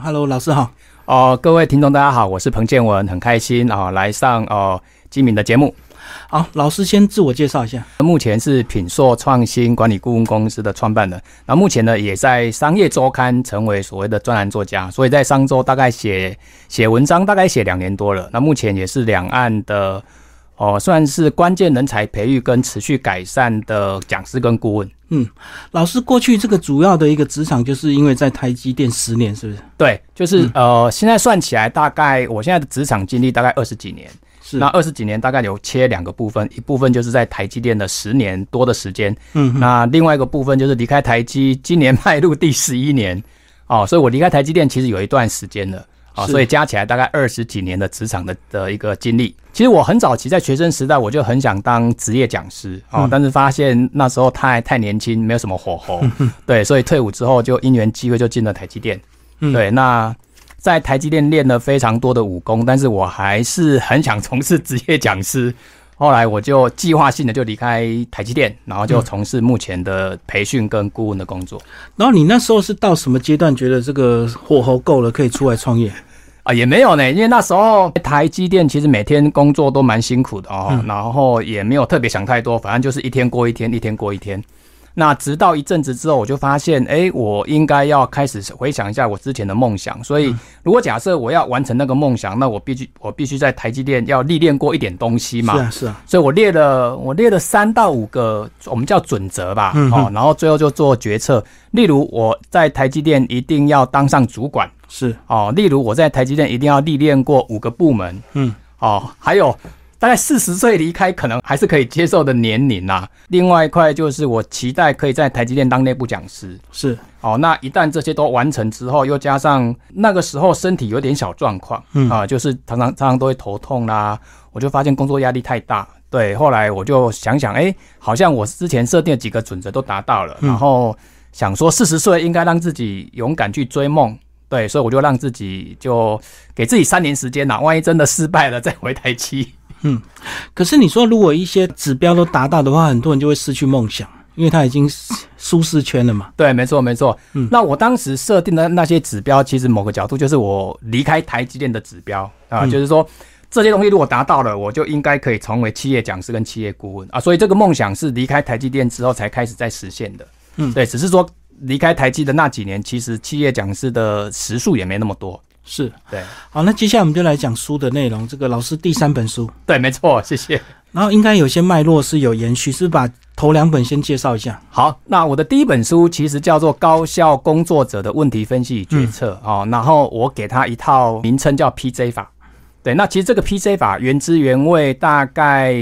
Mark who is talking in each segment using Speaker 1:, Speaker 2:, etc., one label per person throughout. Speaker 1: Hello，老师好。
Speaker 2: 哦，各位听众大家好，我是彭建文，很开心啊、来上哦金敏的节目。
Speaker 1: 好，老师先自我介绍一下。
Speaker 2: 目前是品硕创新管理顾问公司的创办人，那目前呢也在《商业周刊》成为所谓的专栏作家，所以在商周大概写写文章，大概写两年多了。那目前也是两岸的哦，算是关键人才培育跟持续改善的讲师跟顾问。
Speaker 1: 老师过去这个主要的一个职场，就是因为在台积电十年，是不是？
Speaker 2: 对，就是、呃，现在算起来大概我现在的职场经历大概二十几年。
Speaker 1: 是
Speaker 2: 那二十几年大概有切两个部分，一部分就是在台积电的十年多的时间，
Speaker 1: 嗯，
Speaker 2: 那另外一个部分就是离开台积，今年迈入第十一年，哦，所以我离开台积电其实有一段时间了。哦，
Speaker 1: 是
Speaker 2: 所以加起来大概二十几年的职场的的一个经历。其实我很早期在学生时代我就很想当职业讲师
Speaker 1: 嗯
Speaker 2: 哦，但是发现那时候太太年轻，没有什么火
Speaker 1: 嗯
Speaker 2: 候。 对，所以退伍之后就因缘机会就进了台积电。
Speaker 1: 嗯
Speaker 2: 对，那在台积电练了非常多的武功，但是我还是很想从事职业讲师。后来我就计划性的就离开台积电，然后
Speaker 1: 嗯
Speaker 2: 就从事目前的培训跟顾问的工作
Speaker 1: 然后你那时候是到什么阶段，觉得这个火候够了，可以出来创业？
Speaker 2: 啊，也没有呢，因为那时候台积电其实每天工作都蛮辛苦的哦，
Speaker 1: 嗯
Speaker 2: 然后也没有特别想太多，反正就是一天过一天，一天过一天。那直到一阵子之后，我就发现，哎、我应该要开始回想一下我之前的梦想。所
Speaker 1: 嗯
Speaker 2: 以，如果假设我要完成那个梦想，那我必须我必须在台积电要历练过一点东西
Speaker 1: 是
Speaker 2: 嘛。
Speaker 1: 啊，是啊，
Speaker 2: 所以我列了我列了三到五个，我们叫准则吧，
Speaker 1: 嗯哼
Speaker 2: 哦，然后最后就做决策。例如我在台积电一定要当上主管
Speaker 1: 是，啊
Speaker 2: 哦，例如我在台积电一定要历练过五个部门
Speaker 1: 嗯，
Speaker 2: 哦，还有大概四十岁离开可能还是可以接受的年龄啦、另外一块就是我期待可以在台积电当内部讲师。
Speaker 1: 是，
Speaker 2: 哦，那一旦这些都完成之后，又加上那个时候身体有点小状况，
Speaker 1: 嗯
Speaker 2: 啊，就是常常常常都会头痛啦，我就发现工作压力太大。对，后来我就想想，哎、好像我之前设定的几个准则都达到了，
Speaker 1: 嗯
Speaker 2: 然后想说四十岁应该让自己勇敢去追梦。对，所以我就让自己就给自己三年时间啦，万一真的失败了再回台积。
Speaker 1: 可是你说，如果一些指标都达到的话，很多人就会失去梦想，因为他已经舒适圈了嘛。
Speaker 2: 对，没错，没错。
Speaker 1: 嗯
Speaker 2: 那我当时设定的那些指标，其实某个角度就是我离开台积电的指标啊、
Speaker 1: 嗯
Speaker 2: 就是说这些东西如果达到了，我就应该可以成为企业讲师跟企业顾问啊。所以这个梦想是离开台积电之后才开始在实现的。
Speaker 1: 嗯
Speaker 2: 对，只是说离开台积的那几年，其实企业讲师的时数也没那么多。
Speaker 1: 是，
Speaker 2: 对，
Speaker 1: 好，那接下来我们就来讲书的内容。这个老师第三本书，
Speaker 2: 对，没错，谢谢。
Speaker 1: 然后应该有些脉络是有延续，是不是把头两本先介绍一下。
Speaker 2: 好，那我的第一本书其实叫做《高效工作者的问题分析与决策》哦，然后我给它一套名称叫 PJ 法。对，那其实这个 PJ 法原汁原味，大概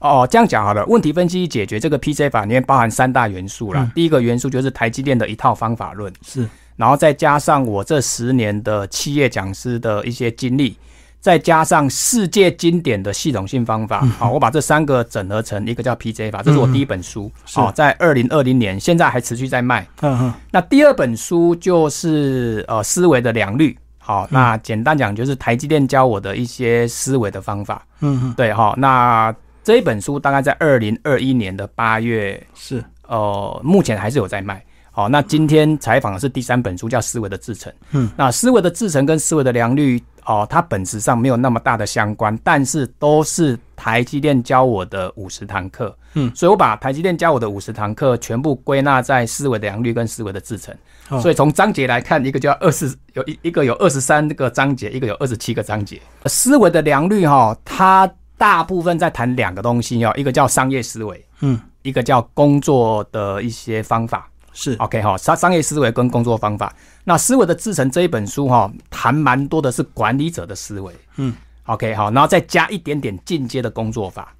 Speaker 2: 哦这样讲好了。问题分析解决这个 PJ 法里面包含三大元素啦。
Speaker 1: 嗯
Speaker 2: 第一个元素就是台积电的一套方法论，
Speaker 1: 是，
Speaker 2: 然后再加上我这十年的企业讲师的一些经历，再加上世界经典的系统性方法，好、我把这三个整合成一个叫 PJ 法，这是我第一本书，
Speaker 1: 是
Speaker 2: 好、在二零二零年，现在还持续在卖。
Speaker 1: 嗯嗯，
Speaker 2: 那第二本书就是呃思维的良率，好、那简单讲就是台积电教我的一些思维的方法，
Speaker 1: 嗯嗯，
Speaker 2: 对，好、那这一本书大概在二零二一年的八月
Speaker 1: 是，
Speaker 2: 呃，目前还是有在卖。好，那今天采访的是第三本书，叫《思维的制成》。
Speaker 1: 嗯，
Speaker 2: 那思维的制成跟思维的良率，哦、它本质上没有那么大的相关，但是都是台积电教我的五十堂课。
Speaker 1: 嗯
Speaker 2: 所以我把台积电教我的五十堂课全部归纳在思维的良率跟思维的制成。
Speaker 1: 哦
Speaker 2: 所以从章节来看，一个叫二十，有一一个有二十三个章节，一个有二十七个章节。思维的良率哈、它大部分在谈两个东西哦，一个叫商业思维，
Speaker 1: 嗯，
Speaker 2: 一个叫工作的一些方法。
Speaker 1: 是，
Speaker 2: OK 哈，商商业思维跟工作方法。那思维的制成这一本书哈，谈蛮多的是管理者的思维。
Speaker 1: 嗯
Speaker 2: ，OK 好，然后再加一点点进阶的工作法。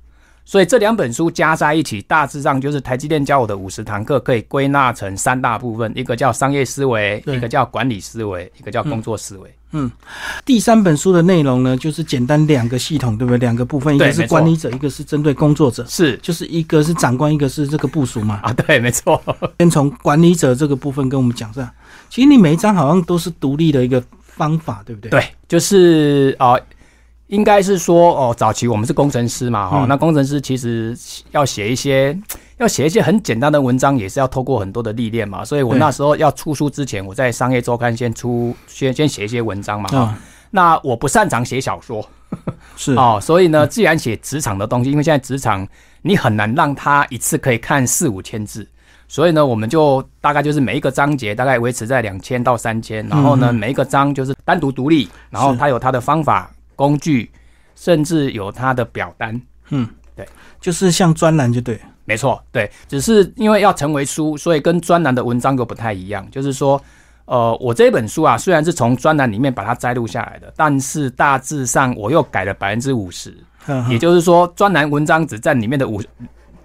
Speaker 2: 所以这两本书加在一起，大致上就是台积电教我的五十堂课，可以归纳成三大部分：一个叫商业思维，
Speaker 1: 对嗯
Speaker 2: 一个叫管理思维，一个叫工作思维。
Speaker 1: 第三本书的内容呢，就是简单两个系统，对不对？两个部分，一
Speaker 2: 对
Speaker 1: 个是
Speaker 2: 没错
Speaker 1: 管理者，一个是针对工作者，
Speaker 2: 是
Speaker 1: 就是一个是长官，一个是这个部署嘛。
Speaker 2: 啊，对，没错。
Speaker 1: 先从管理者这个部分跟我们讲一下。其实你每一章好像都是独立的一个方法，对不对？，
Speaker 2: 对，就是啊、呃应该是说哦，早期我们是工程师嘛，哈、
Speaker 1: 嗯
Speaker 2: 那工程师其实要写一些要写一些很简单的文章，也是要透过很多的历练嘛。所以我
Speaker 1: 对
Speaker 2: 那时候要出书之前，我在商业周刊先出先先写一些文章嘛。哈
Speaker 1: 啊，
Speaker 2: 那我不擅长写小说
Speaker 1: 是
Speaker 2: 哦，所以呢，既然写职场的东西，因为现在职场你很难让它一次可以看四五千字。所以呢，我们就大概就是每一个章节大概维持在两千到三千，然后呢，每一个章就是单独独立，然后
Speaker 1: 嗯是
Speaker 2: 它有它的方法、工具，甚至有它的表单。
Speaker 1: 就是像专栏就对，啊
Speaker 2: 没错，对，只是因为要成为书，所以跟专栏的文章又不太一样。就是说，呃，我这本书啊，虽然是从专栏里面把它摘录下来的，但是大致上我又改了百分之五十，
Speaker 1: 嗯
Speaker 2: 也就是说，专栏文章只占里面的五，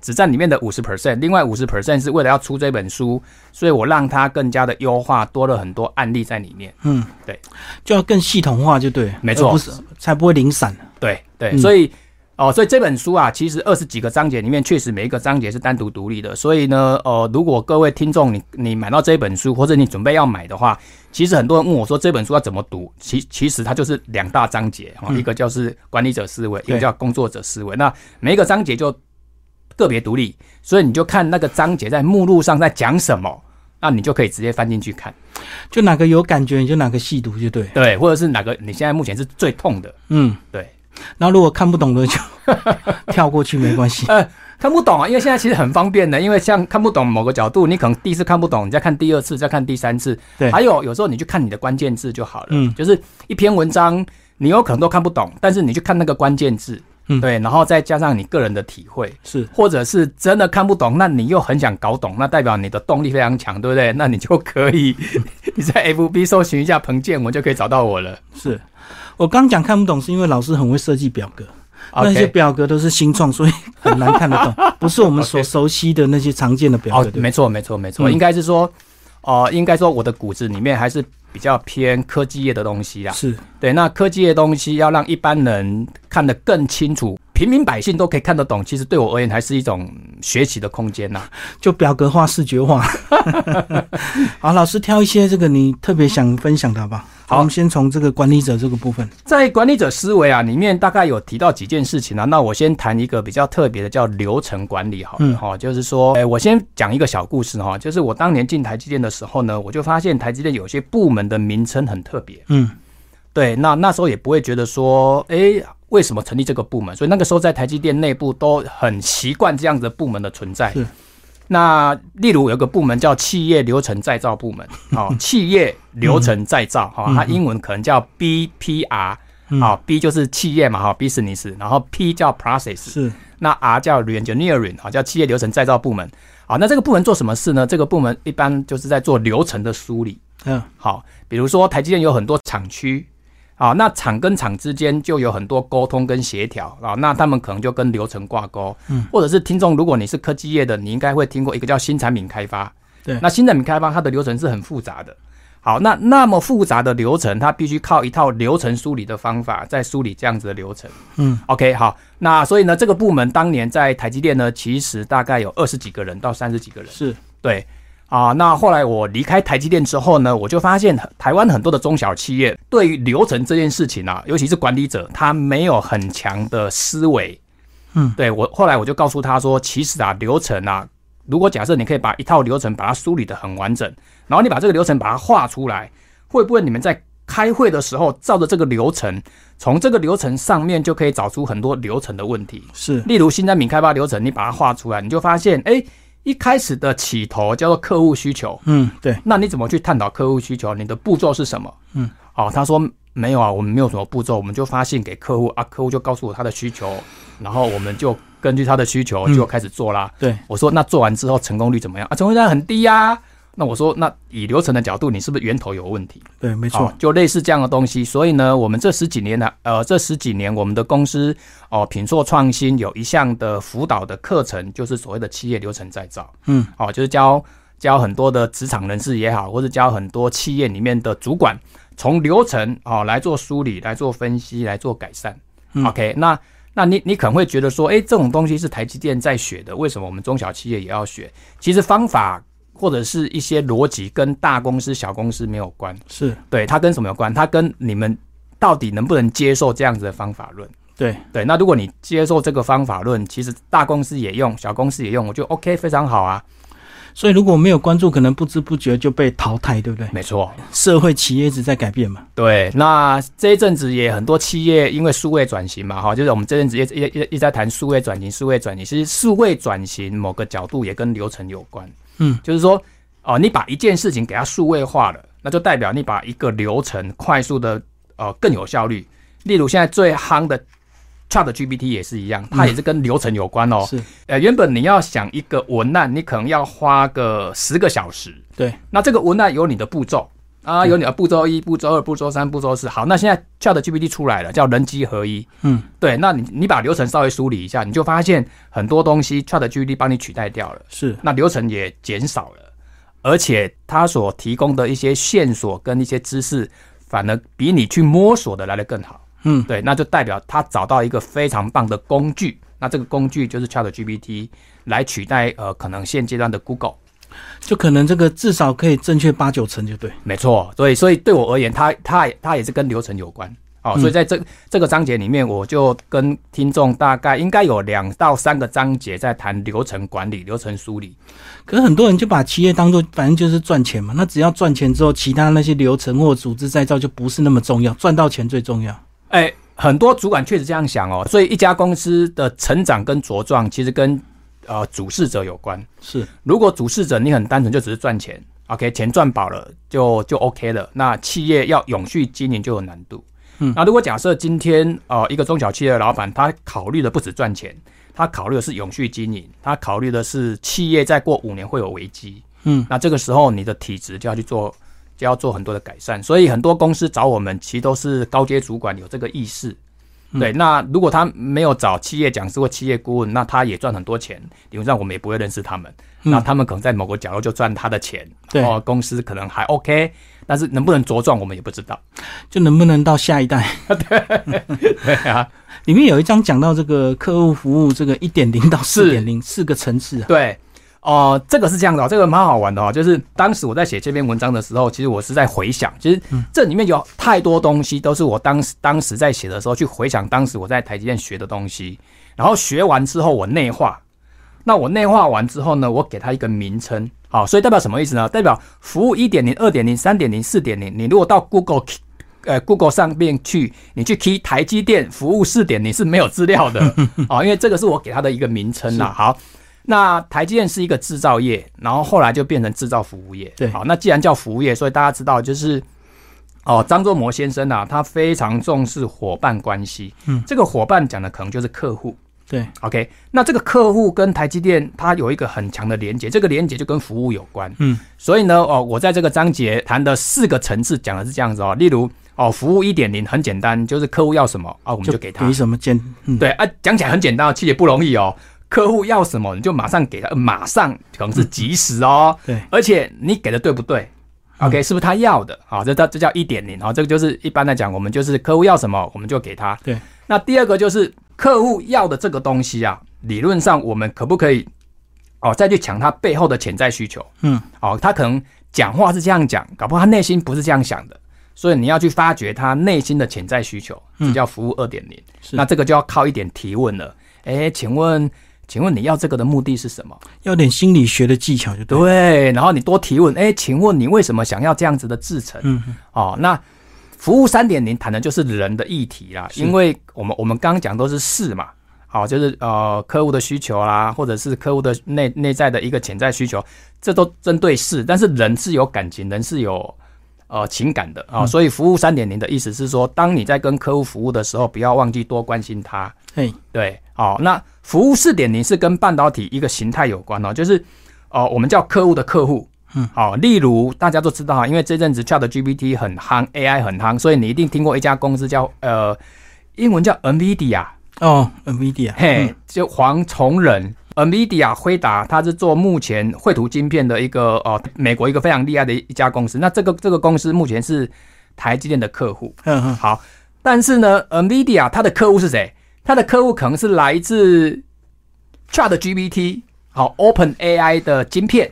Speaker 2: 只占里面的五十 percent，另外五十 percent 是为了要出这本书，所以我让它更加的优化，多了很多案例在里面。
Speaker 1: 嗯，
Speaker 2: 对，
Speaker 1: 就要更系统化就对，
Speaker 2: 没错
Speaker 1: 而不是才不会零散。
Speaker 2: 对对，
Speaker 1: 嗯
Speaker 2: 所以哦，所以这本书啊，其实二十几个章节里面，确实每一个章节是单独独立的。所以呢，呃，如果各位听众你你买到这本书，或者你准备要买的话，其实很多人问我说这本书要怎么读，其其实它就是两大章节哈、哦一个就是管理者思维，一
Speaker 1: 嗯对
Speaker 2: 个叫工作者思维。那每一个章节就个别独立，所以你就看那个章节在目录上在讲什么。那你就可以直接翻进去看，
Speaker 1: 就哪个有感觉你就哪个细读就对，
Speaker 2: 对，或者是哪个你现在目前是最痛的，
Speaker 1: 嗯，
Speaker 2: 对。
Speaker 1: 然后如果看不懂的就 跳过去没关系，
Speaker 2: 呃，看不懂啊，因为现在其实很方便的，因为像看不懂某个角度，你可能第一次看不懂，你再看第二次，再看第三次。
Speaker 1: 对
Speaker 2: 还有有时候你去看你的关键字就好了。
Speaker 1: 嗯
Speaker 2: 就是一篇文章，你有可能都看不懂，但是你去看那个关键字，
Speaker 1: 嗯
Speaker 2: 对，然后再加上你个人的体会。
Speaker 1: 是
Speaker 2: 或者是真的看不懂，那你又很想搞懂，那代表你的动力非常强，对不对？那你就可以 你在 FB 搜寻一下彭建文，就可以找到我了。
Speaker 1: 是。我刚讲看不懂是因为老师很会设计表格，那些
Speaker 2: OK，
Speaker 1: 表格都是新创，所以很难看得 懂，不是我们所熟悉的那些常见的表格。，
Speaker 2: 哦
Speaker 1: 对不对
Speaker 2: 没错，没错，没错，
Speaker 1: 嗯
Speaker 2: 应该是说，哦、应该说我的骨子里面还是比较偏科技业的东西啦。
Speaker 1: 是
Speaker 2: 对，那科技业的东西要让一般人看得更清楚，平民百姓都可以看得懂，其实对我而言还是一种嗯学习的空间呐。
Speaker 1: 就表格化、视觉 化。好，老师挑一些这个你特别想分享的好不好？
Speaker 2: 好
Speaker 1: 我们先从这个管理者这个部分。
Speaker 2: 在管理者思维啊里面，大概有提到几件事情啊。那我先谈一个比较特别的，叫流程管理好了
Speaker 1: 嗯
Speaker 2: 哈、就是说，哎，我先讲一个小故事哈、就是我当年进台积电的时候呢，我就发现台积电有些部门的名称很特别。
Speaker 1: 嗯，
Speaker 2: 对，那那时候也不会觉得说，诶，为什么成立这个部门？所以那个时候在台积电内部都很习惯这样子的部门的存在
Speaker 1: 是。
Speaker 2: 那例如有个部门叫企业流程再 造部门，哦，企业流程再造，哈、它英文可能叫 BPR，
Speaker 1: 嗯
Speaker 2: 好、b 哦就是企业嘛，哈、b u s i n e s s 然后 P 叫 process，
Speaker 1: 是
Speaker 2: 那 R 叫 Reengineering，好，叫企业流程再造部门。好，那这个部门做什么事呢？这个部门一般就是在做流程的梳理。
Speaker 1: 嗯
Speaker 2: 好，比如说台积电有很多厂区，啊，那厂跟厂之间就有很多沟通跟协调啊，那他们可能就跟流程挂钩，
Speaker 1: 嗯，
Speaker 2: 或者是听众，如果你是科技业的，你应该会听过一个叫新产品开发，
Speaker 1: 对
Speaker 2: 那新产品开发它的流程是很复杂的。好，那那么复杂的流程，它必须靠一套流程梳理的方法，在梳理这样子的流程。
Speaker 1: 嗯
Speaker 2: OK，好，那所以呢，这个部门当年在台积电呢，其实大概有二十几个人到三十几个人。
Speaker 1: 是
Speaker 2: 对啊，那后来我离开台积电之后呢，我就发现台湾很多的中小企业对于流程这件事情啊，尤其是管理者，他没有很强的思维。
Speaker 1: 嗯
Speaker 2: 对我后来我就告诉他说，其实啊，流程啊，如果假设你可以把一套流程把它梳理的很完整，然后你把这个流程把它画出来，会不会你们在开会的时候照着这个流程，从这个流程上面就可以找出很多流程的问题？
Speaker 1: 是
Speaker 2: 例如新产品开发流程，你把它画出来，你就发现，哎，一开始的起头叫做客户需求，
Speaker 1: 嗯对
Speaker 2: 那你怎么去探讨客户需求？你的步骤是什么？
Speaker 1: 嗯，
Speaker 2: 哦，他说没有啊，我们没有什么步骤，我们就发信给客户啊，客户就告诉我他的需求，然后我们就根据他的需求就开始做啦。
Speaker 1: 对
Speaker 2: 我说那做完之后成功率怎么样啊？成功率当然很低呀、那我说，那以流程的角度，你是不是源头有问题？
Speaker 1: 对没
Speaker 2: 好，
Speaker 1: 错
Speaker 2: 就类似这样的东西。所以呢，我们这十几年呢，呃，这十几年我们的公司哦、品硕创新有一项的辅导的课程，就是所谓的企业流程再造。
Speaker 1: 嗯，
Speaker 2: 好、就是教教很多的职场人士也好，或者教很多企业里面的主管，从流程哦来做梳理、来做分析、来做改善。
Speaker 1: 嗯
Speaker 2: OK，那那你你可能会觉得说，诶，这种东西是台积电在学的，为什么我们中小企业也要学？其实方法或者是一些逻辑跟大公司、小公司没有关。
Speaker 1: 是
Speaker 2: 对，它跟什么有关？它跟你们到底能不能接受这样子的方法论？
Speaker 1: 对
Speaker 2: 对，那如果你接受这个方法论，其实大公司也用，小公司也用，我就 OK，非常好啊。
Speaker 1: 所以如果没有关注，可能不知不觉就被淘汰，对不对？
Speaker 2: 没错，
Speaker 1: 社会企业一直在改变嘛，
Speaker 2: 对，那这一阵子也很多企业因为数位转型嘛，哈，就是我们这阵子也也也一直在谈数位转型，数位转型，其实数位转型某个角度也跟流程有关，
Speaker 1: 嗯，
Speaker 2: 就是说，哦、你把一件事情给它数位化了，那就代表你把一个流程快速的呃更有效率。例如现在最夯的 Chat GPT 也是一样，它也是跟流程有关哦。
Speaker 1: 嗯是
Speaker 2: 呃，原本你要想一个文案，你可能要花个十个小时，
Speaker 1: 对，
Speaker 2: 那这个文案有你的步骤啊，有你的步骤一、步骤二、步骤三、步骤四。好，那现在 Chat GPT 出来了，叫人机合一。
Speaker 1: 嗯，
Speaker 2: 对，那你你把流程稍微梳理一下，你就发现很多东西 Chat GPT 帮你取代掉了，
Speaker 1: 是
Speaker 2: 那流程也减少了，而且它所提供的一些线索跟一些知识，反而比你去摸索的来得更好。
Speaker 1: 嗯
Speaker 2: 对，那就代表他找到一个非常棒的工具。那这个工具就是 Chat GPT 来取代呃，可能现阶段的 Google。
Speaker 1: 就可能这个至少可以正确八九成就对。
Speaker 2: 没错，所以所以对我而言，它它它也是跟流程有关。哦，所以在这、这个章节里面，我就跟听众大概应该有两到三个章节在谈流程管理、流程梳理。
Speaker 1: 可是很多人就把企业当做反正就是赚钱嘛，那只要赚钱之后，其他那些流程或组织再造就不是那么重要，赚到钱最重要。
Speaker 2: 哎，很多主管确实这样想哦，所以一家公司的成长跟茁壮，其实跟呃主事者有关。
Speaker 1: 是
Speaker 2: 如果主事者你很单纯，就只是赚钱，OK，钱赚饱了就就 OK 了。那企业要永续经营就有难度。
Speaker 1: 嗯
Speaker 2: 那如果假设今天呃一个中小企业的老板，他考虑的不只赚钱，他考虑的是永续经营，他考虑的是企业再过五年会有危机。
Speaker 1: 嗯，
Speaker 2: 那这个时候你的体质就要去做，就要做很多的改善。所以很多公司找我们，其实都是高阶主管有这个意识。对，那如果他没有找企业讲师或企业顾问，那他也赚很多钱，理论上我们也不会认识他们。那他们可能在某个角落就赚他的钱，
Speaker 1: 对
Speaker 2: 然后公司可能还 OK，但是能不能茁壮我们也不知道。
Speaker 1: 就能不能到下一代？
Speaker 2: 对啊，
Speaker 1: 里面有一章讲到这个客户服务这个一点零到四点零四个层次啊，
Speaker 2: 对，哦、这个是这样的、哦，这个蛮好玩的哦。就是当时我在写这篇文章的时候，其实我是在回想，其实这里面有太多东西都是我当时当时在写的时候去回想当时我在台积电学的东西，然后学完之后我内化，那我内化完之后呢，我给它一个名称。好，所以代表什么意思呢？代表服务一点零、二点零、三点零、四点零。你如果到 Google，呃，Google 上面去，你去 key 台积电服务四点零是没有资料的哦，因为这个是我给它的一个名称啦。好，那台积电是一个制造业，然后后来就变成制造服务业。
Speaker 1: 对
Speaker 2: 好，那既然叫服务业，所以大家知道就是。哦，张忠谋先生啊，他非常重视伙伴关系。
Speaker 1: 嗯，
Speaker 2: 这个伙伴讲的可能就是客户。
Speaker 1: 对，
Speaker 2: OK，那这个客户跟台积电它有一个很强的连接，这个连接就跟服务有关。
Speaker 1: 嗯，
Speaker 2: 所以呢，哦，我在这个章节谈的四个层次讲的是这样子哦，例如哦，服务一点零很简单，就是客户要什么啊，我们就给他
Speaker 1: 没。什么见，嗯，
Speaker 2: 对啊，讲起来很简单，其实也不容易哦。客户要什么你就马上给他，呃马上可能是及时哦。
Speaker 1: 嗯对，嗯
Speaker 2: 而且你给的对不对？OK，、是不是他要的？好，这叫这叫一点零，哦好，这个就是一般来讲，我们就是客户要什么，我们就给他。
Speaker 1: 对，
Speaker 2: 那第二个就是客户要的这个东西啊，理论上我们可不可以哦再去抢他背后的潜在需求？
Speaker 1: 嗯，
Speaker 2: 哦，他可能讲话是这样讲，搞不好他内心不是这样想的，所以你要去发掘他内心的潜在需求，
Speaker 1: 嗯
Speaker 2: 这叫服务二点零。
Speaker 1: 是
Speaker 2: 那这个就要靠一点提问了。哎，请问，请问你要这个的目的是什么？
Speaker 1: 要点心理学的技巧就对了。
Speaker 2: 对，然后你多提问，哎，请问你为什么想要这样子的制成？
Speaker 1: 嗯，
Speaker 2: 哦，那服务三点零谈的就是人的议题啦，因为我们我们刚刚讲都是事嘛，好、就是呃客户的需求啦，或者是客户的内内在的一个潜在需求，这都针对事，但是人是有感情，人是有呃情感的
Speaker 1: 嗯
Speaker 2: 啊、所以服务三点零的意思是说，当你在跟客户服务的时候，不要忘记多关心他，
Speaker 1: 嘿，
Speaker 2: 对，哦，那服务四点零是跟半导体一个形态有关哦，就是哦，我们叫客户的客户，嗯，好、例如大家都知道啊，因为这阵子 Chat GPT 很夯，AI 很夯，所以你一定听过一家公司叫呃，英文叫 NVIDIA，
Speaker 1: 哦，NVIDIA，
Speaker 2: 嘿，
Speaker 1: 嗯
Speaker 2: 就黄崇仁。NVIDIA 辉达，它是做目前绘图晶片的一个呃，美国一个非常厉害的一家公司。那这个这个公司目前是台积电的客户，
Speaker 1: 嗯嗯，
Speaker 2: 好，但是呢，NVIDIA 它的客户是谁？它的客户可能是来自 Chat GPT，好 Open AI 的晶片，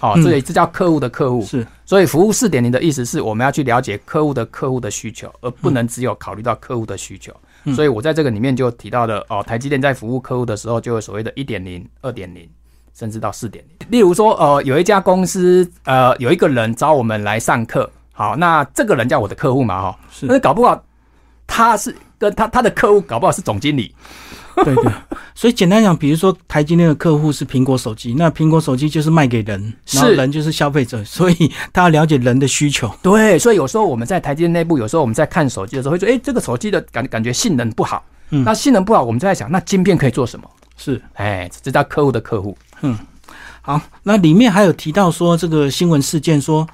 Speaker 2: 哦，
Speaker 1: 嗯
Speaker 2: 所以这叫客户的客户。
Speaker 1: 是
Speaker 2: 所以服务四点零的意思是我们要去了解客户的客户的需求，而不能只有考虑到客户的需求。
Speaker 1: 嗯
Speaker 2: 所以我在这个里面就提到了哦，台积电在服务客户的时候，就有所谓的一点零、二点零，甚至到四点零。例如说，呃，有一家公司，呃，有一个人找我们来上课，好，那这个人叫我的客户嘛，哈、哦，
Speaker 1: 是
Speaker 2: 但是搞不好他是跟他他的客户搞不好是总经理，
Speaker 1: 对对，所以简单讲，比如说台积电的客户是苹果手机，那苹果手机就是卖给人，然后
Speaker 2: 是
Speaker 1: 人就是消费者，所以他要了解人的需求。
Speaker 2: 对，所以有时候我们在台积电内部，有时候我们在看手机的时候，会说，哎、这个手机的感感觉性能不好。
Speaker 1: 嗯
Speaker 2: 那性能不好，我们就在想，那晶片可以做什么？
Speaker 1: 是
Speaker 2: 哎，这叫客户的客户。
Speaker 1: 好，那里面还有提到说这个新闻事件说，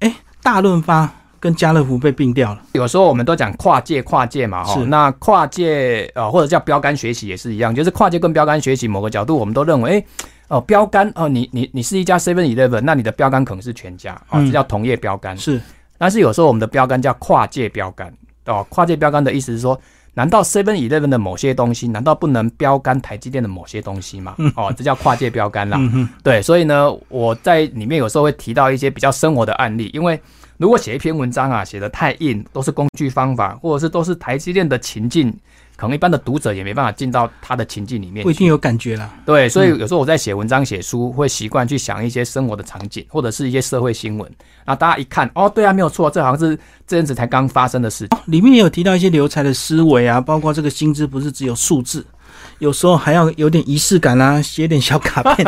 Speaker 1: 哎，大润发跟家乐福被并掉了，
Speaker 2: 有时候我们都讲跨界，跨界嘛，哈
Speaker 1: 是。
Speaker 2: 那跨界呃，或者叫标杆学习也是一样，就是跨界跟标杆学习，某个角度我们都认为，哎、哦、标杆哦、你你你是一家 Seven Eleven，那你的标杆可能是全家哦，
Speaker 1: 嗯
Speaker 2: 这叫同业标杆。
Speaker 1: 是
Speaker 2: 但是有时候我们的标杆叫跨界标杆哦，跨界标杆的意思是说，难道 Seven Eleven 的某些东西，难道不能标杆台积电的某些东西吗？哦，这叫跨界标杆啦。对，所以呢，我在里面有时候会提到一些比较生活的案例，因为如果写一篇文章啊，写的太硬，都是工具方法，或者是都是台积电的情境。可能一般的读者也没办法进到他的情境里面
Speaker 1: 不一定有感觉啦。
Speaker 2: 对，所以有时候我在写文章、写书，会习惯去想一些生活的场景，或者是一些社会新闻。那大家一看，哦，对啊，没有错，这好像是这阵子才刚发生的事情。
Speaker 1: 哦，里面也有提到一些留才的思维啊，包括这个薪资不是只有数字，有时候还要有点仪式感啊，写点小卡 片。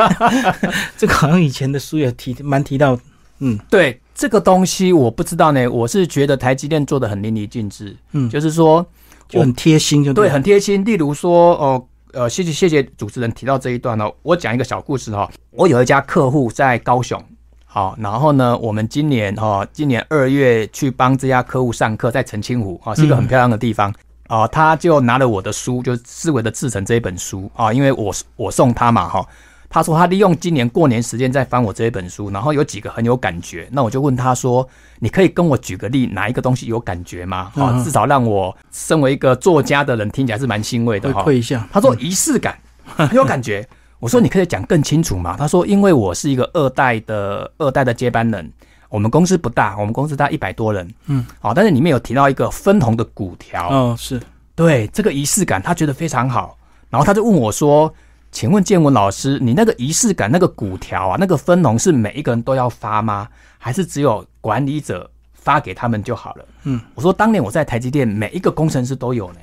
Speaker 1: 这个好像以前的书有提，蛮提到。嗯，
Speaker 2: 对这个东西，我不知道呢，我是觉得台积电做的很淋漓尽致，
Speaker 1: 嗯
Speaker 2: 就是说，
Speaker 1: 就很贴心就
Speaker 2: 对，
Speaker 1: 了
Speaker 2: 很贴心。例如说，哦，呃，谢谢谢谢主持人提到这一段哦，我讲一个小故事哈、哦。我有一家客户在高雄，好、然后呢，我们今年哈、哦，今年二月去帮这家客户上课，在澄清湖啊、哦，是一个很漂亮的地方。哦，他就拿了我的书，就是思维的制成这一本书啊、因为我我送他嘛哈、他说他利用今年过年时间在翻我这一本书，然后有几个很有感觉。那我就问他说：“你可以跟我举个例，哪一个东西有感觉吗？好、
Speaker 1: 嗯
Speaker 2: 至少让我身为一个作家的人听起来是蛮欣慰的
Speaker 1: 回
Speaker 2: 哈。
Speaker 1: 馈一下。
Speaker 2: 他说仪式感很有感觉。 我说你可以讲更清楚嘛？他说因为我是一个二代的二代的接班人，我们公司不大，我们公司大一百多人，
Speaker 1: 嗯，
Speaker 2: 好、但是里面有提到一个分红的股条，
Speaker 1: 哦，是
Speaker 2: 对这个仪式感，他觉得非常好。然后他就问我说：“请问建文老师，你那个仪式感、那个股条啊，那个分红是每一个人都要发吗？还是只有管理者发给他们就好了？”
Speaker 1: 嗯，
Speaker 2: 我说当年我在台积电，每一个工程师都有呢。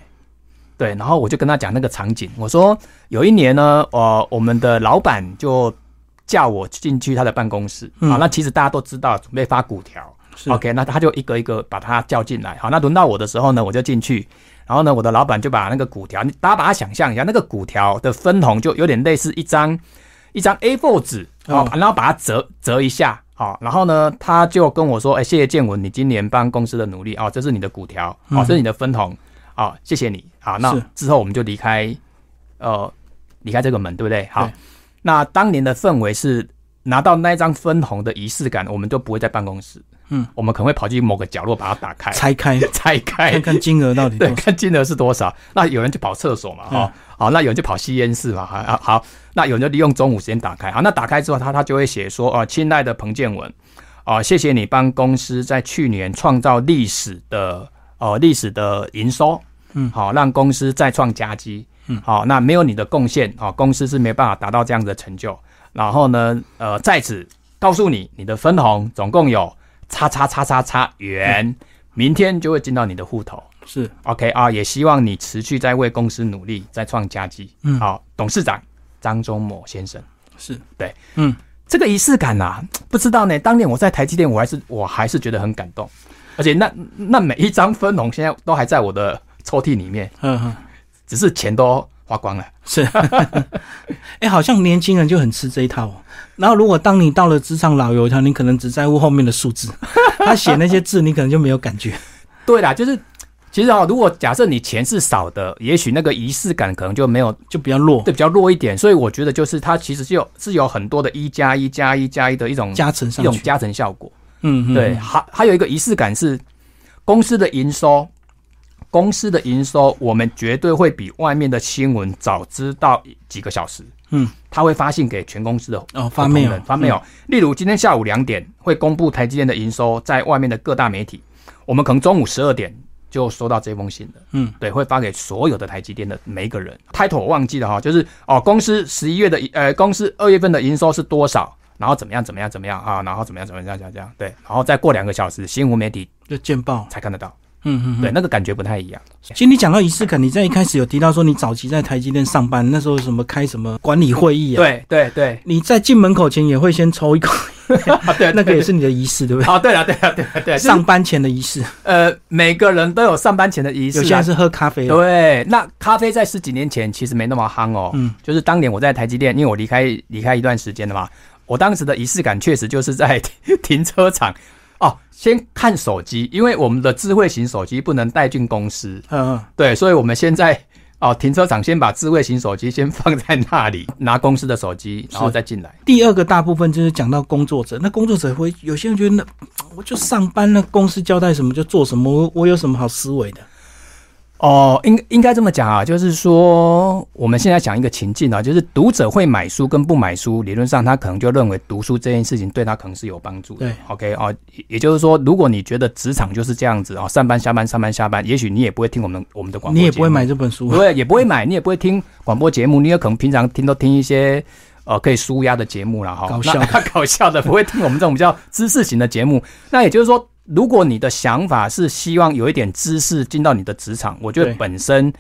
Speaker 2: 对，然后我就跟他讲那个场景，我说有一年呢，呃，我们的老板就叫我进去他的办公室，
Speaker 1: 嗯
Speaker 2: 啊，那其实大家都知道准备发股条，
Speaker 1: 是
Speaker 2: OK，那他就一个一个把他叫进来。好，那轮到我的时候呢，我就进去。然后呢，我的老板就把那个股条，你大家把它想象一下，那个股条的分红就有点类似一张一张 A4 纸，好、
Speaker 1: 哦
Speaker 2: 然后把它折折一下，好、然后呢，他就跟我说，哎，谢谢建文，你今年帮公司的努力哦，这是你的股条，哦，
Speaker 1: 嗯
Speaker 2: 这是你的分红，哦，谢谢你，好，那
Speaker 1: 是
Speaker 2: 之后我们就离开，呃，离开这个门，对不对？好
Speaker 1: 对，
Speaker 2: 那当年的氛围是拿到那一张分红的仪式感，我们就不会在办公室，
Speaker 1: 嗯，
Speaker 2: 我们可能会跑去某个角落把它打开、
Speaker 1: 拆开
Speaker 2: 拆开
Speaker 1: 看，看金额到底多
Speaker 2: 哎对，
Speaker 1: 少。
Speaker 2: 看金额是多少。那有人就跑厕所嘛，哈、好，那有人就跑吸烟室嘛，哈、啊，好，那有人就利用中午时间打开，好，那打开之后他他就会写说，啊，亲爱的彭建文，啊、谢谢你帮公司在去年创造历史的呃历史的营收，
Speaker 1: 嗯
Speaker 2: 好、让公司再创佳绩，嗯，好、那没有你的贡献，好、公司是没办法达到这样的成就。然后呢，呃，在此告诉你，你的分红总共有叉叉叉叉叉元，明天就会进到你的户头。
Speaker 1: 是
Speaker 2: OK 啊，也希望你持续在为公司努力，再创佳绩。
Speaker 1: 嗯
Speaker 2: 好，董事长张忠谋先生，
Speaker 1: 是，
Speaker 2: 对，
Speaker 1: 嗯，
Speaker 2: 这个仪式感啊，不知道呢。当年我在台积电，我还是我还是觉得很感动，而且那那每一张分红现在都还在我的抽屉里面，
Speaker 1: 嗯嗯，
Speaker 2: 只是钱都花光了。
Speaker 1: 是。 哎，好像年轻人就很吃这一套哦。然后，如果当你到了职场老油条，你可能只在乎后面的数字，他写那些字，你可能就没有感觉。
Speaker 2: 对啦，就是其实啊、如果假设你钱是少的，也许那个仪式感可能就没有
Speaker 1: 就比较弱，
Speaker 2: 对比较弱一点。所以我觉得就是它其实是有是有很多的一加一加一加一的一种
Speaker 1: 加成
Speaker 2: 一
Speaker 1: 上
Speaker 2: 种
Speaker 1: 去。
Speaker 2: 加成效果。
Speaker 1: 嗯，嗯
Speaker 2: 对，，还还有一个仪式感是公司的营收，公司的营收我们绝对会比外面的新闻早知道几个小时。
Speaker 1: 嗯，
Speaker 2: 他会发信给全公司的
Speaker 1: 哦，发 mail
Speaker 2: 同仁发嗯 mail。例如今天下午两点会公布台积电的营收，在外面的各大媒体，我们可能中午十二点就收到这封信了。
Speaker 1: 嗯，
Speaker 2: 对，会发给所有的台积电的每一个人。title 我忘记了哈，就是哦，公司十一月的呃，公司二月份的营收是多少？然后怎么样？怎么样？怎么样啊？然后怎么样？怎么样？这样这样对，然后再过两个小时，新闻媒体
Speaker 1: 就见报。
Speaker 2: 才看得到。
Speaker 1: 嗯嗯，嗯
Speaker 2: 对，那个感觉不太一样。
Speaker 1: 其实你讲到仪式感，你在一开始有提到说你早期在台积电上班，那时候什么开什么管理会议啊，，
Speaker 2: 对对 对，
Speaker 1: 你在进门口前也会先抽一口，
Speaker 2: 啊对，
Speaker 1: 那个也是你的仪式，对不
Speaker 2: 哦，对了对了对了对
Speaker 1: 对？
Speaker 2: 了，
Speaker 1: 上
Speaker 2: 上
Speaker 1: 班前的仪式，
Speaker 2: 呃，每个人都有上班前的仪式
Speaker 1: 有
Speaker 2: 啊，
Speaker 1: 些人是喝咖啡的，
Speaker 2: 对，那咖啡在十几年前其实没那么夯哦。
Speaker 1: 嗯，
Speaker 2: 就是当年我在台积电，因为我离开离开一段时间了嘛，我当时的仪式感确实就是在 停车场哦，先看手机，因为我们的智慧型手机不能带进公司，
Speaker 1: 嗯，嗯
Speaker 2: 对，所以我们现在哦，停车场先把智慧型手机先放在那里，拿公司的手机，然后再进来。
Speaker 1: 第二个大部分就是讲到工作者，那工作者会有些人觉得，那我就上班了，公司交代什么就做什么，我我有什么好思维的？
Speaker 2: 哦，应应该这么讲啊，就是说我们现在讲一个情境啊，就是读者会买书跟不买书，理论上他可能就认为读书这件事情对他可能是有帮助的。
Speaker 1: 对
Speaker 2: ，OK 哦，也也就是说，如果你觉得职场就是这样子啊、哦，上班下班上班下班，也许你也不会听我们我们的广播，
Speaker 1: 你也不会，买这本书，啊
Speaker 2: 对，也不会买，你也不会听广播节目，你也可能平常听都听一些。呃，可以舒压的节目啦，哈，
Speaker 1: 搞笑的
Speaker 2: 那搞笑的，不会听我们这种比较知识型的节目。那也就是说，如果你的想法是希望有一点知识进到你的职场，我觉得
Speaker 1: 对
Speaker 2: 本身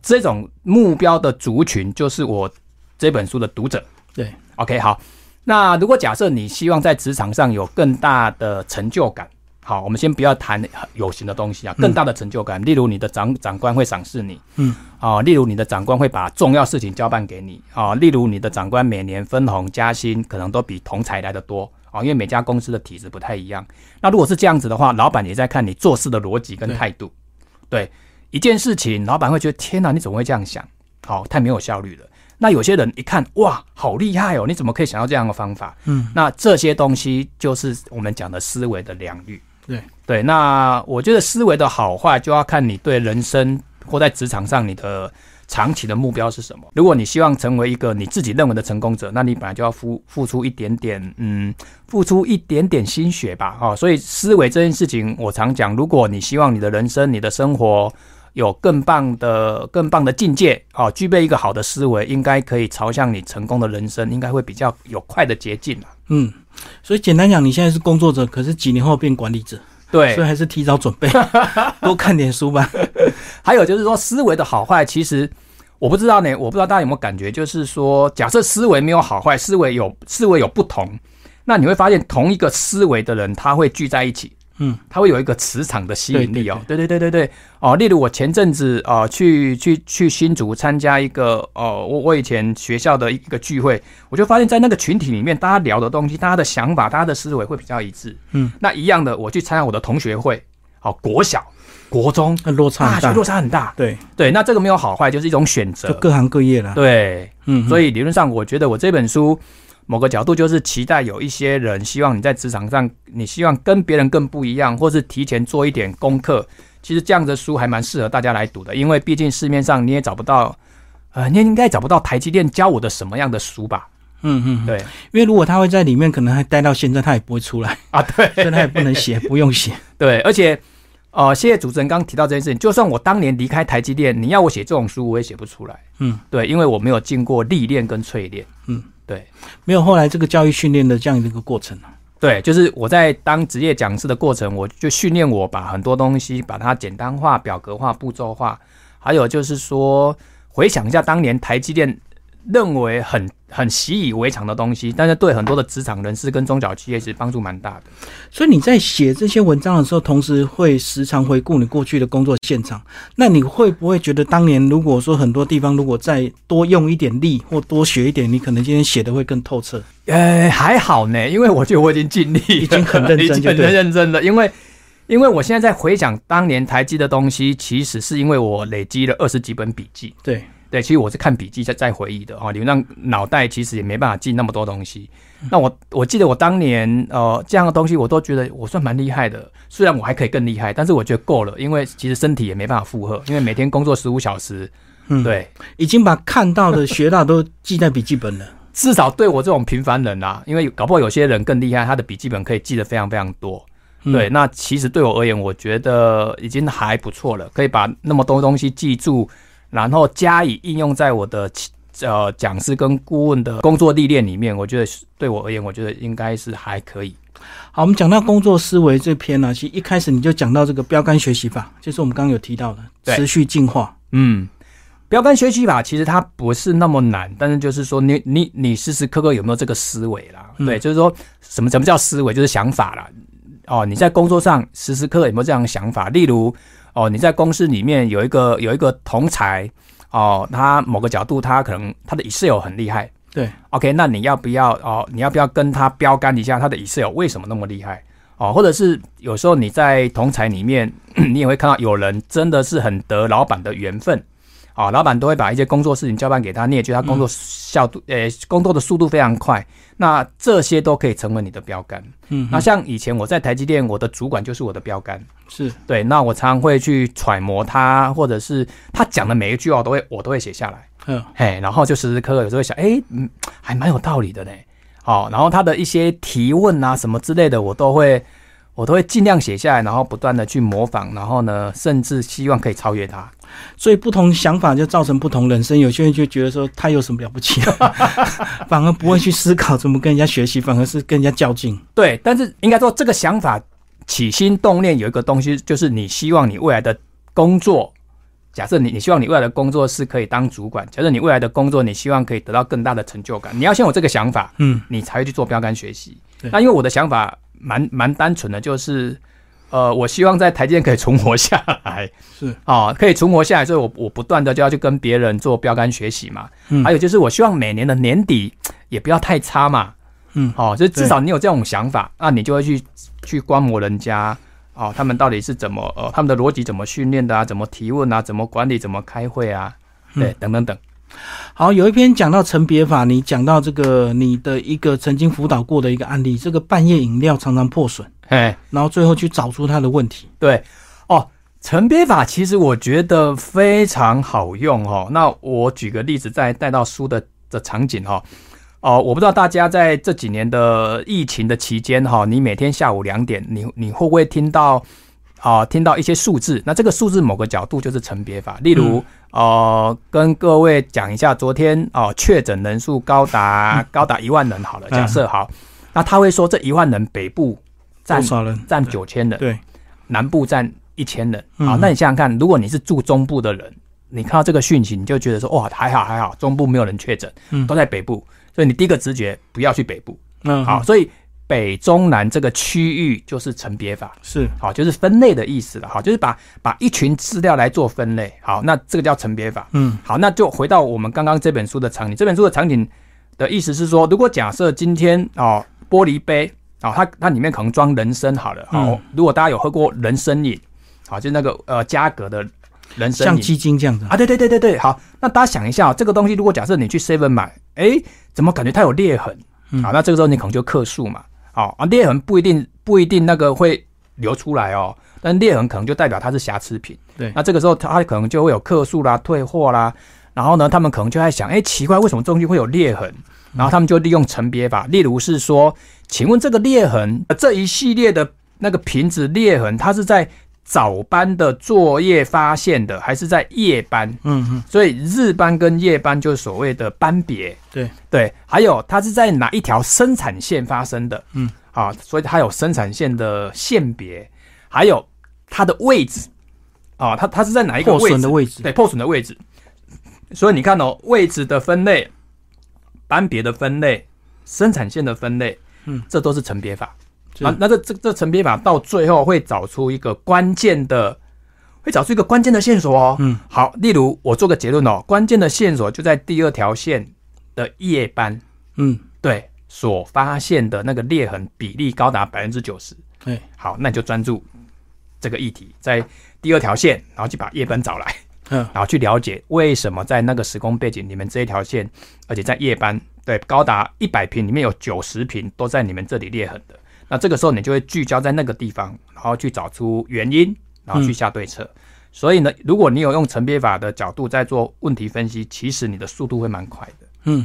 Speaker 2: 这种目标的族群就是我这本书的读者。
Speaker 1: 对
Speaker 2: ，OK，好。那如果假设你希望在职场上有更大的成就感，好，我们先不要谈有形的东西啊，更大的成就感，例如你的长长官会赏识你，
Speaker 1: 嗯，
Speaker 2: 啊，例如你的长官会把重要事情交办给你啊，例如你的长官每年分红加薪可能都比同才来的多啊，因为每家公司的体制不太一样。那如果是这样子的话，老板也在看你做事的逻辑跟
Speaker 1: 对
Speaker 2: 态度。对一件事情，老板会觉得天哪，你怎么会这样想？好、太没有效率了。那有些人一看，哇，好厉害哦！你怎么可以想到这样的方法？
Speaker 1: 嗯，
Speaker 2: 那这些东西就是我们讲的思维的良率。
Speaker 1: 对
Speaker 2: 对，那我觉得思维的好坏就要看你对人生或在职场上你的长期的目标是什么。如果你希望成为一个你自己认为的成功者，那你本来就要付付出一点点，嗯，付出一点点心血吧，哈、哦。所以思维这件事情，我常讲，如果你希望你的人生、你的生活有更棒的、更棒的境界，哦，具备一个好的思维，应该可以朝向你成功的人生，应该会比较有快的捷径啊
Speaker 1: 嗯，所以简单讲，你现在是工作者，可是几年后变管理者，
Speaker 2: 对
Speaker 1: 所以，还是提早准 备，多看点书吧。
Speaker 2: 还有就是说，思维的好坏，其实我不知道呢，我不知道大家有没有感觉，就是说，假设思维没有好坏，思维有思维有不同，那你会发现同一个思维的人，他会聚在一起，
Speaker 1: 嗯，
Speaker 2: 他会有一个磁场的吸引力哦。对对对对对，哦，例如我前阵子啊、呃去去去新竹参加一个哦、我我以前学校的一个聚会，我就发现，在那个群体里面，大家聊的东西、大家的想法、大家的思维会比较一致。
Speaker 1: 嗯，
Speaker 2: 那一样的，我去参加我的同学会，好、国小、国中、
Speaker 1: 那落差
Speaker 2: 大
Speaker 1: 很
Speaker 2: 学
Speaker 1: 大，
Speaker 2: 落差很大。
Speaker 1: 对，
Speaker 2: 对，那这个没有好坏，就是一种选
Speaker 1: 就
Speaker 2: 择。
Speaker 1: 各行各业啦。
Speaker 2: 对，
Speaker 1: 嗯，
Speaker 2: 所
Speaker 1: 以
Speaker 2: 以理论上，我觉得我这本书某个角度就是期待有一些人希望你在职场上，你希望跟别人更不一样，或是提前做一点功课。其实这样的书还蛮适合大家来读的，因为毕竟市面上你也找不到，呃，你也应该找不到台积电教我的什么样的书吧？
Speaker 1: 嗯嗯，
Speaker 2: 对
Speaker 1: 因为如果他会在里面，可能还待到现在，他也不会出来，
Speaker 2: 啊，对
Speaker 1: 所以他也不能写，不用写。
Speaker 2: 对，而且。呃，谢谢主持人刚提到这件事情。就算我当年离开台积电，你要我写这种书，我也写不出来。
Speaker 1: 嗯，
Speaker 2: 对，因为我没有经过历练跟淬炼。
Speaker 1: 嗯，
Speaker 2: 对。
Speaker 1: 没有后来这个教育训练的这样的一个过程啊
Speaker 2: 对，就是我在当职业讲师的过程，我就训练我把很多东西把它简单化、表格化、步骤化，还有就是说回想一下当年台积电认为很 很习以为常的东西，但是对很多的职场人士跟中小企业其实帮助蛮大的。
Speaker 1: 所以你在写这些文章的时候，同时会时常回顾你过去的工作现场。那你会不会觉得，当年如果说很多地方如果再多用一点力或多学一点，你可能今天写的会更透彻？
Speaker 2: 呃，还好呢，因为我觉 得我已经尽力了，
Speaker 1: 已经很认真
Speaker 2: 已经很
Speaker 1: 就对了
Speaker 2: 认真了。因为，因为我现在在回想当年台积的东西，其实是因为我累积了二十几本笔记，
Speaker 1: 对，
Speaker 2: 对，其实我是看笔记在在回忆的哦哈，你、理论让脑袋其实也没办法记那么多东西。那我我记得我当年呃这样的东西我都觉得我算蛮厉害的，虽然我还可以更厉害，但是我觉得够了，因为其实身体也没办法负荷，因为每天工作十五小时，
Speaker 1: 嗯，，
Speaker 2: 对，
Speaker 1: 已经把看到的、学到都记在笔记本了。
Speaker 2: 至少对我这种平凡人啦、啊因为搞不好有些人更厉害，他的笔记本可以记得非常非常多。
Speaker 1: 嗯
Speaker 2: 对，，那其实对我而言，我觉得已经还不错了，可以把那么多东西记住，然后加以应用在我的其呃讲师跟顾问的工作历练里面。我觉得是对我而言，我觉得应该是还可以。
Speaker 1: 好，我们讲到工作思维这篇啊呢、其实一开始你就讲到这个标杆学习法，就是我们刚刚有提到的
Speaker 2: 对
Speaker 1: 持续进化。
Speaker 2: 嗯，标杆学习法其实它不是那么难，但是就是说你你你时时刻刻有没有这个思维啦？
Speaker 1: 嗯
Speaker 2: 对，就是说什么什么叫思维，就是想法啦。哦，你在工作上时时刻刻有没有这样的想法？例如，哦，你在公司里面有一个有一个同才，哦，他某个角度他可能他的 Excel 很厉害
Speaker 1: 对，
Speaker 2: ，OK，那你要不要哦？你要不要跟他标杆一下他的 Excel 为什么那么厉害？哦，或者是有时候你在同才里面， 你也会看到有人真的是很得老板的缘分，哦，老板都会把一些工作事情交办给他，你也觉得他工作效度，呃、工作的速度非常快，那这些都可以成为你的标杆。
Speaker 1: 嗯，
Speaker 2: 那像以前我在台积电，我的主管就是我的标杆，
Speaker 1: 是，
Speaker 2: 对，那我常常会去揣摩他，或者是他讲的每一句话，我都会我都会写下来。
Speaker 1: 嗯，
Speaker 2: 嘿，然后就时时刻刻有时候会想，哎，嗯，还蛮有道理的呢。好、然后他的一些提问啊什么之类的，我都会我都会尽量写下来，然后不断的去模仿，然后呢，甚至希望可以超越他。
Speaker 1: 所以不同想法就造成不同人生。有些人就觉得说他有什么了不起，啊 反而不会去思考怎么跟人家学习，反而是跟人家较劲。
Speaker 2: 对，但是应该说这个想法起心动念有一个东西，就是你希望你未来的工作，假设你你希望你未来的工作是可以当主管，假设你未来的工作你希望可以得到更大的成就感，你要先有这个想法，
Speaker 1: 嗯，
Speaker 2: 你才会去做标杆学习。
Speaker 1: 对
Speaker 2: 那因为我的想法蛮蛮单纯的，就是呃，我希望在台积电可以存活下来，
Speaker 1: 是
Speaker 2: 哦，可以存活下来，所以我我不断的就要去跟别人做标杆学习嘛。
Speaker 1: 嗯
Speaker 2: 还有就是我希望每年的年底也不要太差嘛，
Speaker 1: 嗯
Speaker 2: 哦，就是至少你有这种想法，那你就会去去观摩人家。哦，他们到底是怎么呃，他们的逻辑怎么训练的啊？怎么提问啊？怎么管理？怎么开会啊？
Speaker 1: 嗯
Speaker 2: 对，等等等。
Speaker 1: 好，有一篇讲到成别法，你讲到这个你的一个曾经辅导过的一个案例，这个半夜饮料常常破损，
Speaker 2: 哎，
Speaker 1: 然后最后去找出它的问题。
Speaker 2: 对，哦，成别法其实我觉得非常好用哦。那我举个例子，再带到书的的场景哈、哦。哦，我不知道大家在这几年的疫情的期间哈、你每天下午两点，你你会不会听到啊、听到一些数字？那这个数字某个角度就是成别法，例
Speaker 1: 嗯
Speaker 2: 如、呃，跟各位讲一下，昨天哦、确诊人数高
Speaker 1: 嗯
Speaker 2: 达、高达一万人好了，假设好，那他会说这一万人北部占
Speaker 1: 多少人？
Speaker 2: 占九千人，
Speaker 1: 对，
Speaker 2: 南部占一千人。
Speaker 1: 嗯
Speaker 2: 好，那你想想看，如果你是住中部的人，你看到这个讯息，你就觉得说哇，还好还好，中部没有人确诊
Speaker 1: 嗯，
Speaker 2: 都在北部，所以你第一个直觉不要去北部。
Speaker 1: 嗯，
Speaker 2: 好，，所以北中南这个区域就是成别法，
Speaker 1: 是，
Speaker 2: 好，就是分类的意思了。好，就是把把一群资料来做分类。好，那这个叫成别法。
Speaker 1: 嗯
Speaker 2: 好，那就回到我们刚刚这本书的场景。这本书的场景的意思是说，如果假设今天哦，玻璃杯哦，它它里面可能装人参好了。好、
Speaker 1: 嗯
Speaker 2: 如果大家有喝过人参饮，好，就是那个呃加格的人参
Speaker 1: 像
Speaker 2: 饮
Speaker 1: 基金这样子啊，
Speaker 2: 啊，对对对对对，好，那大家想一下、哦，这个东西如果假设你去 Seven 买，诶，怎么感觉它有裂痕？
Speaker 1: 嗯
Speaker 2: 好，那这个时候你可能就克数嘛。好啊，裂痕不一定不一定那个会流出来哦，但裂痕可能就代表它是瑕疵品。
Speaker 1: 对
Speaker 2: 那这个时候它可能就会有客诉啦、退货啦，然后呢，他们可能就在想，哎，奇怪，为什么东西会有裂痕？然后他们就利用层别法，例如是说，请问这个裂痕、呃这一系列的那个瓶子裂痕，它是在早班的作业发现的，还是在夜班？
Speaker 1: 嗯嗯，
Speaker 2: 所以日班跟夜班就是所谓的班别。
Speaker 1: 对
Speaker 2: 对，还有它是在哪一条生产线发生的？
Speaker 1: 嗯，
Speaker 2: 啊，所以它有生产线的线别，还有它的位置啊，它它是在哪一个
Speaker 1: 破
Speaker 2: 位
Speaker 1: 损的
Speaker 2: 置？
Speaker 1: 位置，
Speaker 2: 对，破损的位置。所以你看哦，位置的分类、班别的分类、生产线的分类，
Speaker 1: 嗯，
Speaker 2: 这都是层别法。啊
Speaker 1: 是
Speaker 2: 那那这这这层别法到最后会找出一个关键的，会找出一个关键的线索哦。
Speaker 1: 嗯，
Speaker 2: 好，例如我做个结论哦，关键的线索就在第二条线的夜班，
Speaker 1: 嗯，
Speaker 2: 对，所发现的那个裂痕比例高达百分之九十。
Speaker 1: 对，
Speaker 2: 好，那你就专注这个议题，在第二条线，然后去把夜班找来，
Speaker 1: 嗯，
Speaker 2: 然后去了解为什么在那个时空背景，你们这一条线，而且在夜班，对，高达一百瓶里面有九十瓶都在你们这里裂痕的。那这个时候你就会聚焦在那个地方，然后去找出原因，然后去下对策。所以呢，如果你有用层别法的角度在做问题分析，其实你的速度会蛮快的。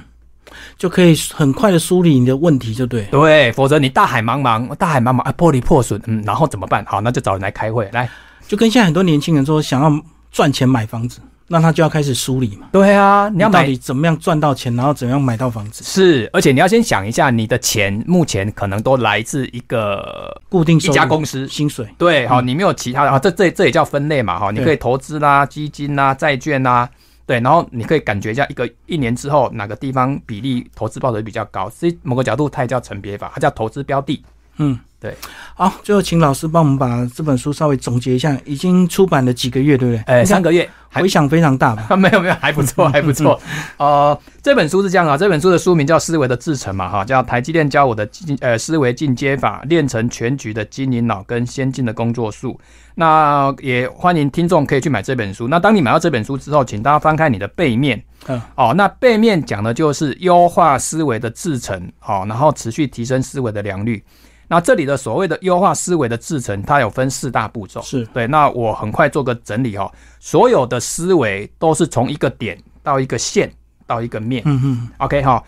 Speaker 1: 就可以很快的梳理你的问题，就对。
Speaker 2: 对，否则你大海茫茫，大海茫茫啊，破离破损，嗯，然后怎么办？好，那就找人来开会来。
Speaker 1: 就跟现在很多年轻人说想要赚钱买房子，那他就要开始梳理嘛，
Speaker 2: 对啊，你要
Speaker 1: 到
Speaker 2: 买
Speaker 1: 底怎么样赚到钱，然后怎么样买到房子，
Speaker 2: 是，而且你要先想一下，你的钱目前可能都来自一个
Speaker 1: 固定
Speaker 2: 一
Speaker 1: 收入
Speaker 2: 家公司。
Speaker 1: 薪水，
Speaker 2: 对，好、你没有其他的啊，这这这也叫分类嘛，哈、你
Speaker 1: 对
Speaker 2: 可以投资啦、基金啦、债券啦，对，然后你可以感觉一下一个一年之后哪个地方比例投资报酬率比较高，所以某个角度它也叫层别法，它叫投资标的。
Speaker 1: 嗯，
Speaker 2: 对。
Speaker 1: 好，最后请老师帮我们把这本书稍微总结一下，已经出版了几个月，对不对？
Speaker 2: 呃，
Speaker 1: 你看
Speaker 2: 三个月还
Speaker 1: 回响非常大吧？
Speaker 2: 啊， 没有没有，还不错，还不错。呃，这本书是这样啊，这本书的书名叫《思维的制程》嘛，哈，叫《台积电教我的进呃思维进阶法，练成全局的经营脑跟先进的工作术》。那也欢迎听众可以去买这本书。那当你买到这本书之后，请大家翻开你的背面。
Speaker 1: 嗯
Speaker 2: 哦，那背面讲的就是优化思维的制程，哦，然后持续提升思维的良率。那这里的所谓的优化思维的制程，它有分四大步骤。
Speaker 1: 是
Speaker 2: 对，那我很快做个整理哦。所有的思维都是从一个点到一个线到一个面。
Speaker 1: 嗯嗯，
Speaker 2: OK 哈、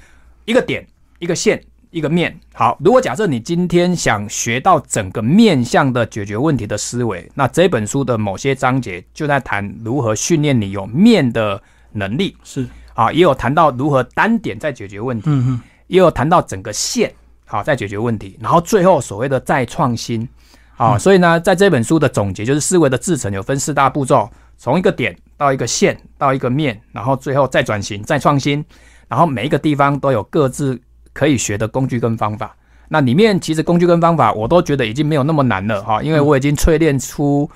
Speaker 2: 一个点、一个线、一个面。好，如果假设你今天想学到整个面向的解决问题的思维，那这本书的某些章节就在谈如何训练你有面的能力
Speaker 1: 是，
Speaker 2: 啊，也有谈到如何单点在解决问题，
Speaker 1: 嗯嗯，
Speaker 2: 也有谈到整个线好在解决问题，然后最后所谓的再创新。啊，所以呢，在这本书的总结就是思维的制成有分四大步骤，从一个点到一个线到一个面，然后最后再转型、再创新，然后每一个地方都有各自可以学的工具跟方法。那里面其实工具跟方法我都觉得已经没有那么难了哈，因为我已经淬炼出，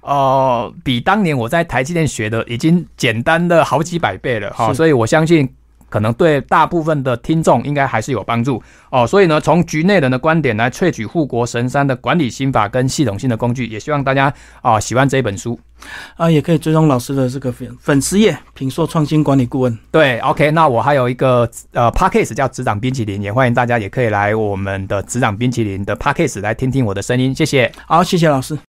Speaker 2: 呃，比当年我在台积电学的已经简单了好几百倍了哈，
Speaker 1: 是
Speaker 2: 所以我相信可能对大部分的听众应该还是有帮助哦。所以呢，从局内人的观点来萃取护国神山的管理心法跟系统性的工具，也希望大家啊、喜欢这一本书。
Speaker 1: 啊，也可以追踪老师的这个粉粉丝页“品硕创新管理顾问
Speaker 2: 对，OK，那我还有一个呃 p a c k a g e 叫职长冰淇淋，也欢迎大家也可以来我们的职长冰淇淋的 p a c k a g e 来听听我的声音，谢谢。”。
Speaker 1: 好，谢谢老师。